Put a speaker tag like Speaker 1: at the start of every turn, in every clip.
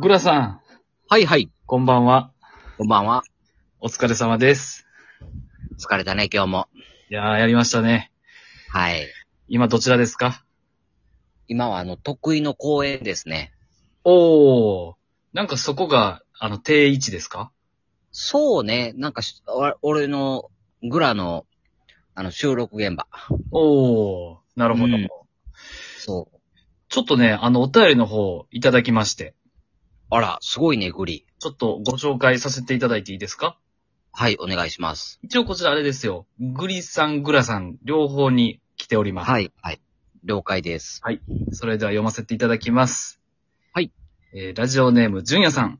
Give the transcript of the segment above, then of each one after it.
Speaker 1: グラさん、
Speaker 2: はいはい。
Speaker 1: こんばんは。
Speaker 2: こんばんは。
Speaker 1: お疲れ様です。
Speaker 2: 疲れたね、今日も。
Speaker 1: いやー、やりましたね。
Speaker 2: はい。
Speaker 1: 今どちらですか
Speaker 2: 今はあの、得意の公園ですね。
Speaker 1: おー。なんかそこが、あの、定位置ですか
Speaker 2: そうね、なんかし、わ俺の、グラの、あの、収録現場。
Speaker 1: おー。なるほど。
Speaker 2: うんそう。
Speaker 1: ちょっとね、あの、お便りの方いただきまして、
Speaker 2: あら、すごいね、グリ。
Speaker 1: ちょっとご紹介させていただいていいですか
Speaker 2: はい、お願いします。
Speaker 1: 一応こちらあれですよ。グリさん、グラさん、両方に来ております。
Speaker 2: はい、はい。了解です。
Speaker 1: それでは読ませていただきます。
Speaker 2: はい。
Speaker 1: えーラジオネーム、じゅんやさん。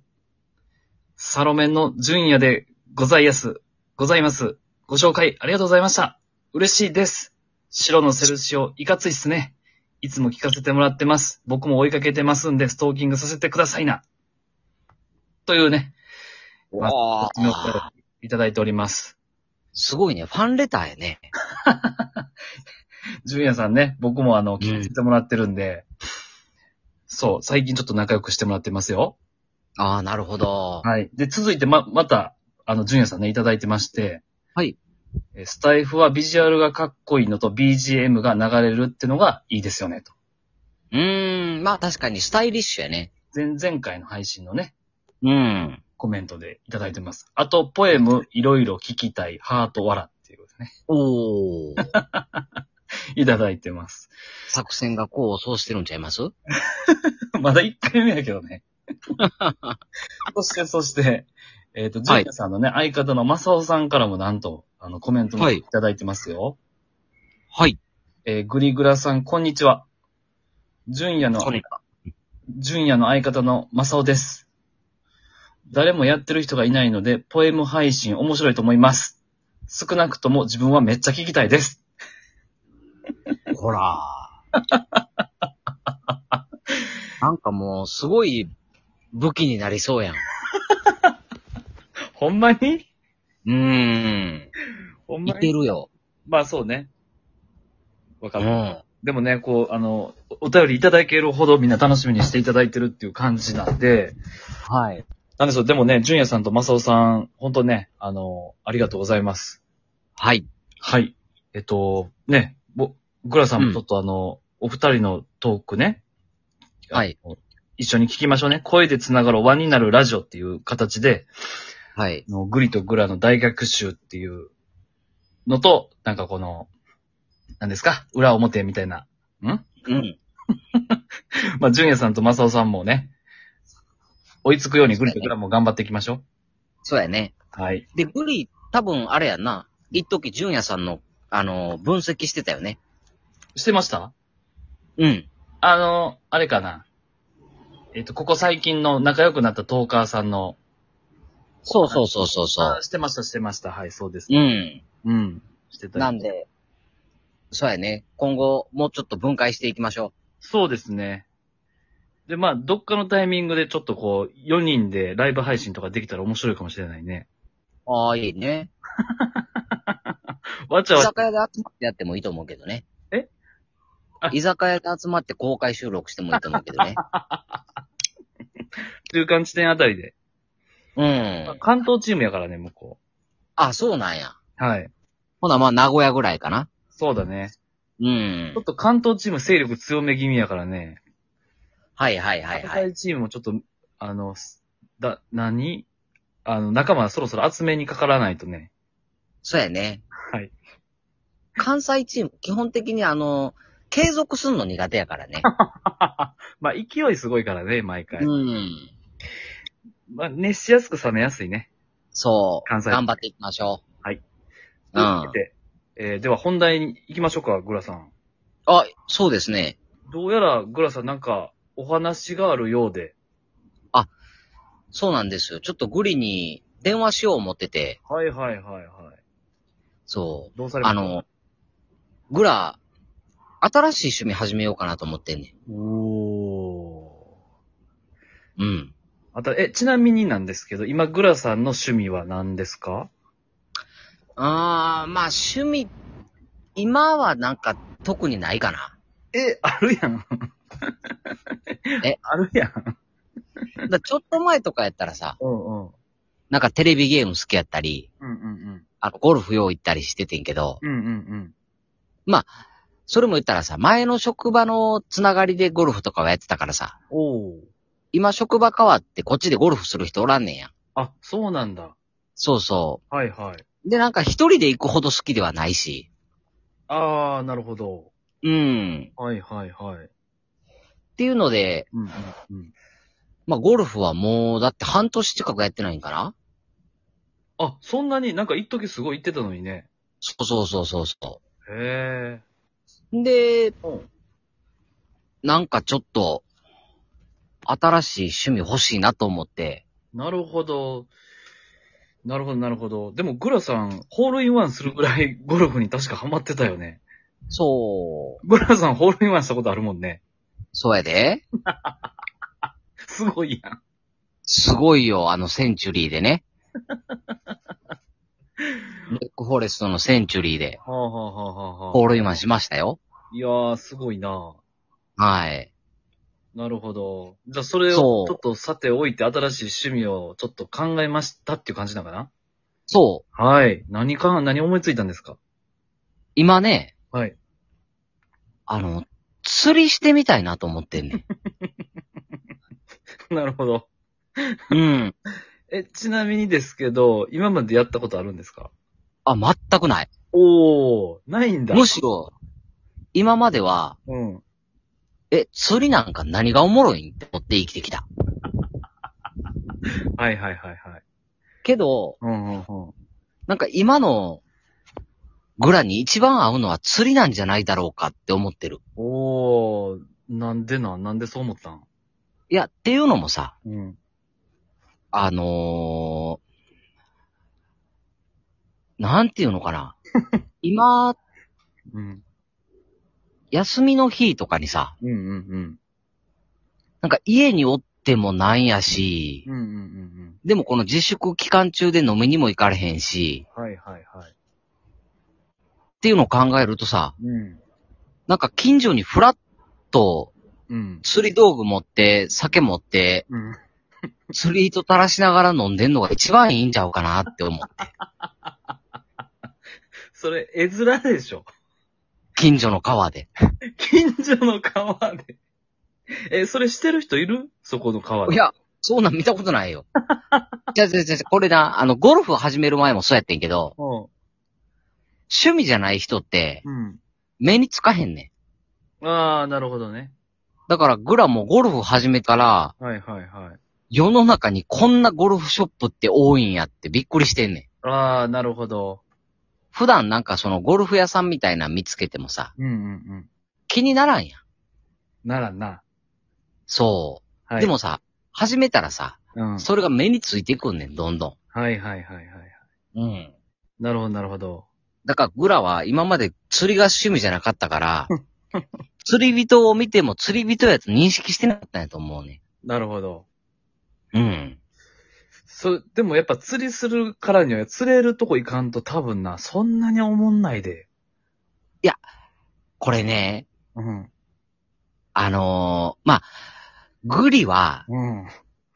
Speaker 1: サロメンのじゅんやでございやす、ございます。ご紹介ありがとうございました。嬉しいです。白のセルシオ、いかついっすね。いつも聞かせてもらってます。僕も追いかけてますんで、ストーキングさせてくださいな。というね、ま
Speaker 2: わ
Speaker 1: こっちのお便りいただいております。
Speaker 2: すごいね、ファンレターやね。
Speaker 1: じゅんやさんね、僕もあの、聞かせてもらってるんで、そう、最近ちょっと仲良くしてもらってますよ。
Speaker 2: ああ、なるほど。
Speaker 1: はい。で、続いて、ま、また、あの、ジュニアさんね、いただいてまして。
Speaker 2: はい
Speaker 1: えー。スタイフはビジュアルがかっこいいのと BGM が流れるってのがいいですよね、と。
Speaker 2: うーん、まあ確かにスタイリッシュやね。
Speaker 1: 前々回の配信のね、
Speaker 2: うん。
Speaker 1: コメントでいただいてます。あと、ポエム、いろいろ聞きたい、ハート、わらっていうことね、
Speaker 2: お ー。
Speaker 1: いただいてます。
Speaker 2: 作戦がこう、そうしてるんちゃいます
Speaker 1: まだ1回目やけど ね。そして、そして、えっ、と、ジュニアさんのね、相方のマサオさんからもなんと、あの、コメントも
Speaker 2: はい
Speaker 1: いただいてますよ。
Speaker 2: はい。
Speaker 1: えーグリグラさん、こんにちは。純也の、
Speaker 2: こんにち
Speaker 1: 純也の相方のマサオです。誰もやってる人がいないので、ポエム配信面白いと思います。少なくとも自分はめっちゃ聞きたいです。
Speaker 2: ほら。 なんかもう、すごい武器になりそうやん。
Speaker 1: ほんまに
Speaker 2: うーん。
Speaker 1: ほん
Speaker 2: いけるよ。
Speaker 1: まあそうね。わ
Speaker 2: う
Speaker 1: かる。
Speaker 2: ん。
Speaker 1: でもね、こう、あの、おお便りいただけるほどみんな楽しみにしていただいてるっていう感じなんで、
Speaker 2: はい。
Speaker 1: なんでしょう、でもね、純也さんとマサオさん、ほんとね、あの、ありがとうございます。
Speaker 2: はい。
Speaker 1: はい。えっと、ね、ぼ、グラさん
Speaker 2: う
Speaker 1: も
Speaker 2: ん
Speaker 1: ちょっとあの、お二人のトークね。
Speaker 2: はい
Speaker 1: あの。一緒に聞きましょうね。声でつながる輪になるラジオっていう形で、
Speaker 2: はい。
Speaker 1: あのグリとグラの大学習っていうのと、なんかこの、なんですか裏表みたいな。 ん
Speaker 2: うん。
Speaker 1: まあ、ジュさんとマサオさんもね、追いつくようにグリとグラも頑張っていきましょう。
Speaker 2: そうやね。
Speaker 1: はい。
Speaker 2: で、グリ、多分あれやんな。一時純也さんの、あの、分析してたよね。
Speaker 1: してました
Speaker 2: うん。
Speaker 1: あの、あれかな。えっと、ここ最近の仲良くなったトーカーさんの
Speaker 2: そうそうそうそうそ
Speaker 1: あしてました、してました。はい、そうです
Speaker 2: う。。うん。
Speaker 1: うん。してた。
Speaker 2: なんで、そうやね。今後、もうちょっと分解していきましょ
Speaker 1: そうですね。で、まあ、どっかのタイミングでちょっとこう、4人でライブ配信とかできたら面白いかもしれないね。
Speaker 2: う。ああ、いいね。
Speaker 1: わちゃ
Speaker 2: 居
Speaker 1: わちゃ、
Speaker 2: 酒屋で集まってやってもいいと思うけどね。
Speaker 1: えあ
Speaker 2: 居酒屋で集まって公開収録してもいいと思うけ どね。
Speaker 1: 中間地点あたりで。
Speaker 2: う
Speaker 1: まあ
Speaker 2: ん。
Speaker 1: 関東チームやからね、向こ
Speaker 2: あ、そうなんや。
Speaker 1: う。はい。
Speaker 2: ほな、まあ、名古屋ぐらいかな。
Speaker 1: そうだね。
Speaker 2: う
Speaker 1: ちょっ
Speaker 2: ん。
Speaker 1: と関東チーム勢力強め気味やからね。
Speaker 2: はいはいはいは
Speaker 1: 関
Speaker 2: い。
Speaker 1: 西チームもちょっと、あの、すだ、何あの、仲間そろそろ集めにかからないと ね。
Speaker 2: そうやね。
Speaker 1: はい。
Speaker 2: 関西チーム、基本的にあの、継続すんの苦手やからね。
Speaker 1: まあ、勢いすごいからね、毎回。
Speaker 2: うん。
Speaker 1: まあ、熱しやすく冷めやすいね。
Speaker 2: そう。
Speaker 1: 関西
Speaker 2: 頑張っていきましょう。
Speaker 1: はい。
Speaker 2: うん。
Speaker 1: で、えーでは本題に行きましょうか、グラさん。
Speaker 2: あ、そうですね。
Speaker 1: どうやらグラさんなんかお話があるようで。
Speaker 2: そうなんですよ。ちょっとグリに電話しよう思ってて。
Speaker 1: はいはいはいはい。
Speaker 2: そう。
Speaker 1: どうされま
Speaker 2: あ
Speaker 1: した
Speaker 2: の、ぐら、新しい趣味始めようかなと思ってんねん。
Speaker 1: お
Speaker 2: うん。
Speaker 1: あと、え、ちなみになんですけど、今、グラさんの趣味は何ですか
Speaker 2: あー、まあ趣味、今はなんか特にないかな。
Speaker 1: え、あるやん。
Speaker 2: え、
Speaker 1: あるやん。
Speaker 2: だからちょっと前とかやったらさ、
Speaker 1: うんうん。
Speaker 2: なんかテレビゲーム好きやったり、
Speaker 1: うんうん
Speaker 2: あの、ゴルフ用行ったりしててんけど、
Speaker 1: うん。うんうん
Speaker 2: それも言ったらさ、前の職場のつながりでゴルフとかはやってたからさ、
Speaker 1: おお。
Speaker 2: 今職場変わってこっちでゴルフする人おらんねんや。
Speaker 1: あ、そうなんだ。
Speaker 2: そうそ
Speaker 1: はいはい。
Speaker 2: う。で、なんか一人で行くほど好きではないし、
Speaker 1: あー、なるほど。
Speaker 2: うん。
Speaker 1: はいはいはい。
Speaker 2: っていうので、
Speaker 1: うんうんうん。
Speaker 2: まあゴルフはもう、だって半年近くやってないんかな
Speaker 1: あ、そんなになんか一時すごい言ってたのにね。
Speaker 2: そうそうそうそうそ
Speaker 1: へえ。
Speaker 2: う。で、
Speaker 1: うん。
Speaker 2: なんかちょっと、新しい趣味欲しいなと思って、
Speaker 1: なるほど。なるほどなるほど。でも、グラさん、ホールインワンするぐらい ゴルフに確かハマってたよね。
Speaker 2: そう、
Speaker 1: グラさん、ホールインワンしたことあるもんね。
Speaker 2: そうやで。
Speaker 1: すごいやん。
Speaker 2: すごいよ、あのセンチュリーで ね。ロックフォレストのセンチュリーで、
Speaker 1: はあはあはあはあ
Speaker 2: ホ
Speaker 1: は
Speaker 2: ールインワンしましたよ。
Speaker 1: あ。いやー、すごいな
Speaker 2: はい。
Speaker 1: なるほど。じゃあ、それをち
Speaker 2: そう
Speaker 1: ょっとさておいて、新しい趣味をちょっと考えましたっていう感じなのかな
Speaker 2: そう、
Speaker 1: はい。何か、何思いついたんですか
Speaker 2: 今ね、
Speaker 1: はい。
Speaker 2: あの、釣りしてみたいなと思ってんね
Speaker 1: なるほど。
Speaker 2: ん。うん。
Speaker 1: え、ちなみにですけど、今までやったことあるんですか
Speaker 2: あ、全くない。
Speaker 1: おー、ないんだ。
Speaker 2: むしろ、今までは、
Speaker 1: うん。
Speaker 2: え、釣りなんか何がおもろいんって思って生きてきた。
Speaker 1: はいはいはいはい。
Speaker 2: けど、
Speaker 1: うんうんうん。
Speaker 2: なんか今のグラに一番合うのは釣りなんじゃないだろうかって思ってる。
Speaker 1: おー、なんでなんなんでそう思ったん
Speaker 2: いや、っていうのもさ、
Speaker 1: うん。
Speaker 2: あのー、なんていうのか な。今、
Speaker 1: うん。
Speaker 2: 休みの日とかにさ、
Speaker 1: うんうん
Speaker 2: なんか家におってもなんやし
Speaker 1: うん。、うんうんうん
Speaker 2: でもこの自粛期間中で飲みにも行かれへんし、
Speaker 1: うん。はいはいはい。
Speaker 2: っていうのを考えるとさ、
Speaker 1: うん。
Speaker 2: なんか近所にフラッと
Speaker 1: うん。
Speaker 2: 釣り道具持って、酒持って、
Speaker 1: うん。
Speaker 2: 釣り糸垂らしながら飲んでんのが一番いいんちゃうかなって思う。
Speaker 1: それ、絵面でしょ
Speaker 2: 近所の川で。
Speaker 1: 近所の川で。え、それしてる人いるそこの川で。
Speaker 2: い。や、そんなん見たことないよ。じゃじゃじゃこれな、あの、ゴルフ始める前もそうやってんけど、
Speaker 1: う
Speaker 2: 趣味じゃない人って、
Speaker 1: ん。
Speaker 2: 目につかへんね
Speaker 1: うん。ああ、なるほどね。
Speaker 2: ん。だから、グラもゴルフ始めたら、
Speaker 1: はいはいはい。
Speaker 2: 世の中にこんなゴルフショップって多いんやってびっくりしてんねん。
Speaker 1: ああ、なるほど。
Speaker 2: 普段なんかそのゴルフ屋さんみたいなの見つけてもさ、
Speaker 1: うんうんうん。
Speaker 2: 気にならんやん。
Speaker 1: ならんな。
Speaker 2: そ
Speaker 1: は
Speaker 2: う。
Speaker 1: い。
Speaker 2: でもさ、始めたらさ、
Speaker 1: うん。
Speaker 2: それが目についてくんねん、どんど
Speaker 1: はいはいはいはい。
Speaker 2: ん。うん。
Speaker 1: なるほどなるほど。
Speaker 2: だから、グラは今まで釣りが趣味じゃなかったから、釣り人を見ても釣り人やと認識してなかったんやと思うね。
Speaker 1: なるほど。
Speaker 2: うん。
Speaker 1: そ、でもやっぱ釣りするからには釣れるとこ行かんと多分な、そんなに思んないで。
Speaker 2: これね、
Speaker 1: うん。
Speaker 2: あのーまあ、グリは、
Speaker 1: うん。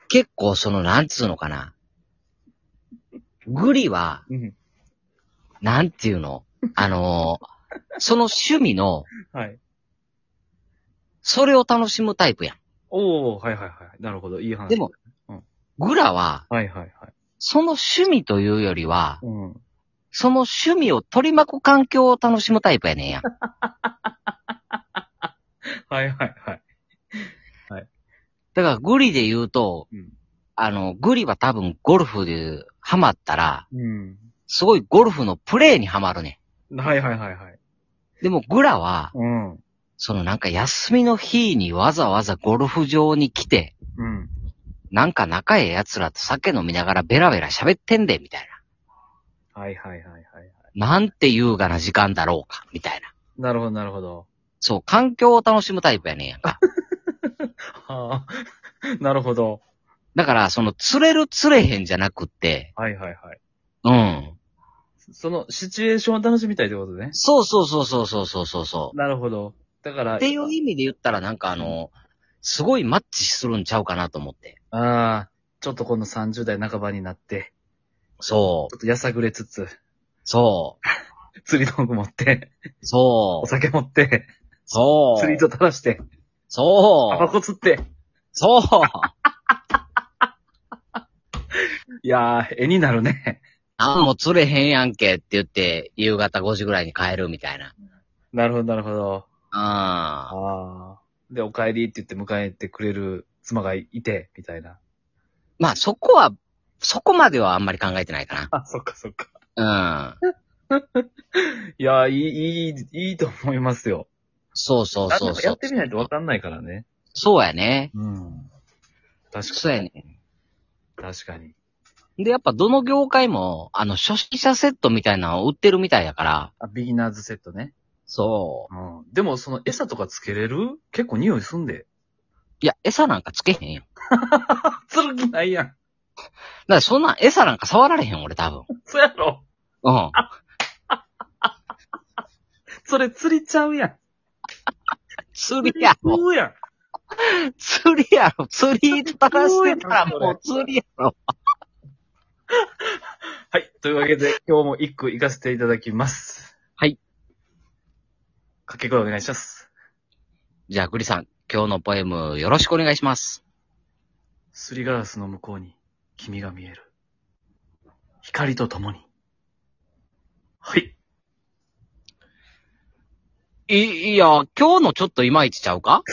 Speaker 2: 結構その、なんつうのかな。グリは、
Speaker 1: うん。
Speaker 2: なんていうのあのーその趣味の、
Speaker 1: はい。
Speaker 2: それを楽しむタイプやん。
Speaker 1: おおはいはいはい。なるほど。いい話。
Speaker 2: でも。、グラは、
Speaker 1: はいはいはい。
Speaker 2: その趣味というよりは、
Speaker 1: うん。
Speaker 2: その趣味を取り巻く環境を楽しむタイプやねんや。
Speaker 1: はいはいはい。
Speaker 2: だからグリで言うと、
Speaker 1: うん
Speaker 2: あの、グリは多分ゴルフでハマったら、
Speaker 1: うん。
Speaker 2: すごいゴルフのプレーにハマるね
Speaker 1: はいはいはいはい。
Speaker 2: ん。でもグラは、
Speaker 1: うん。う
Speaker 2: そのなんか休みの日にわざわざゴルフ場に来て、
Speaker 1: ん。
Speaker 2: なんか仲ええ奴らと酒飲みながらベラベラ喋ってんで、みたいな。
Speaker 1: はいはいはいはい。
Speaker 2: なんて優雅な時間だろうか、みたいな。
Speaker 1: なるほどなるほど。
Speaker 2: そう、環境を楽しむタイプやねんやんか。
Speaker 1: はあ。 なるほど。
Speaker 2: だから、その、釣れる釣れへんじゃなくって、
Speaker 1: はいはいはい。
Speaker 2: うん。
Speaker 1: その、シチュエーションを楽しみたいってことね。
Speaker 2: そうそうそうそうそうそうそうそ
Speaker 1: なるほど。だから、
Speaker 2: う。っていう意味で言ったら、なんかあの、すごいマッチするんちゃうかなと思って。
Speaker 1: ああ、ちょっとこの30代半ばになって、
Speaker 2: そ
Speaker 1: ちょっとやさぐれつつ、
Speaker 2: う。そ
Speaker 1: 釣り道具持って、
Speaker 2: う。そ
Speaker 1: お
Speaker 2: う。
Speaker 1: 酒持って、
Speaker 2: そう。
Speaker 1: 釣り糸垂らして、タバ
Speaker 2: そう。
Speaker 1: コ釣って、
Speaker 2: そう。
Speaker 1: いやー、絵になるね。
Speaker 2: あ、もう釣れへんやんけって言って、夕方5時ぐらいに帰るみたいな。
Speaker 1: なるほど、なるほど。
Speaker 2: ああ。
Speaker 1: ああ。で、お帰りって言って迎えてくれる妻がいて、みたいな。
Speaker 2: まあそこは、そこまではあんまり考えてないか
Speaker 1: あ、そっかそっか。
Speaker 2: な。うん。
Speaker 1: いやー、いい、いい、いいと思いますよ。
Speaker 2: そうそうそ
Speaker 1: なん
Speaker 2: う
Speaker 1: か
Speaker 2: そ
Speaker 1: や
Speaker 2: う
Speaker 1: っ。てみないとわかんないからね。
Speaker 2: そうやね。
Speaker 1: うん。確か
Speaker 2: そうやね。
Speaker 1: に。確かに。
Speaker 2: で、やっぱどの業界も、あの、初心者セットみたいなのを売ってるみたいだから。
Speaker 1: あ、ビギナーズセットね。
Speaker 2: そう。
Speaker 1: うん。でも、その餌とかつけれる結構匂いすんで。
Speaker 2: いや、餌なんかつけへんよ。
Speaker 1: 釣る気ないやん。
Speaker 2: だからそんな餌なんか触られへん、俺多分。
Speaker 1: そうやろ。
Speaker 2: うん。
Speaker 1: それ釣りちゃうやん。
Speaker 2: 釣りやろ。
Speaker 1: 食うやん。
Speaker 2: 釣りやろ。釣り垂らしてたら もう釣りやろ。
Speaker 1: はい。というわけで、今日も一句行かせていただきます。
Speaker 2: はい。
Speaker 1: 掛け声お願いします。
Speaker 2: じゃあ、グリさん、今日のポエムよろしくお願いします。
Speaker 1: すりガラスの向こうに君が見える。光と共に。はい。
Speaker 2: い、いや、今日のちょっといまいちちゃうか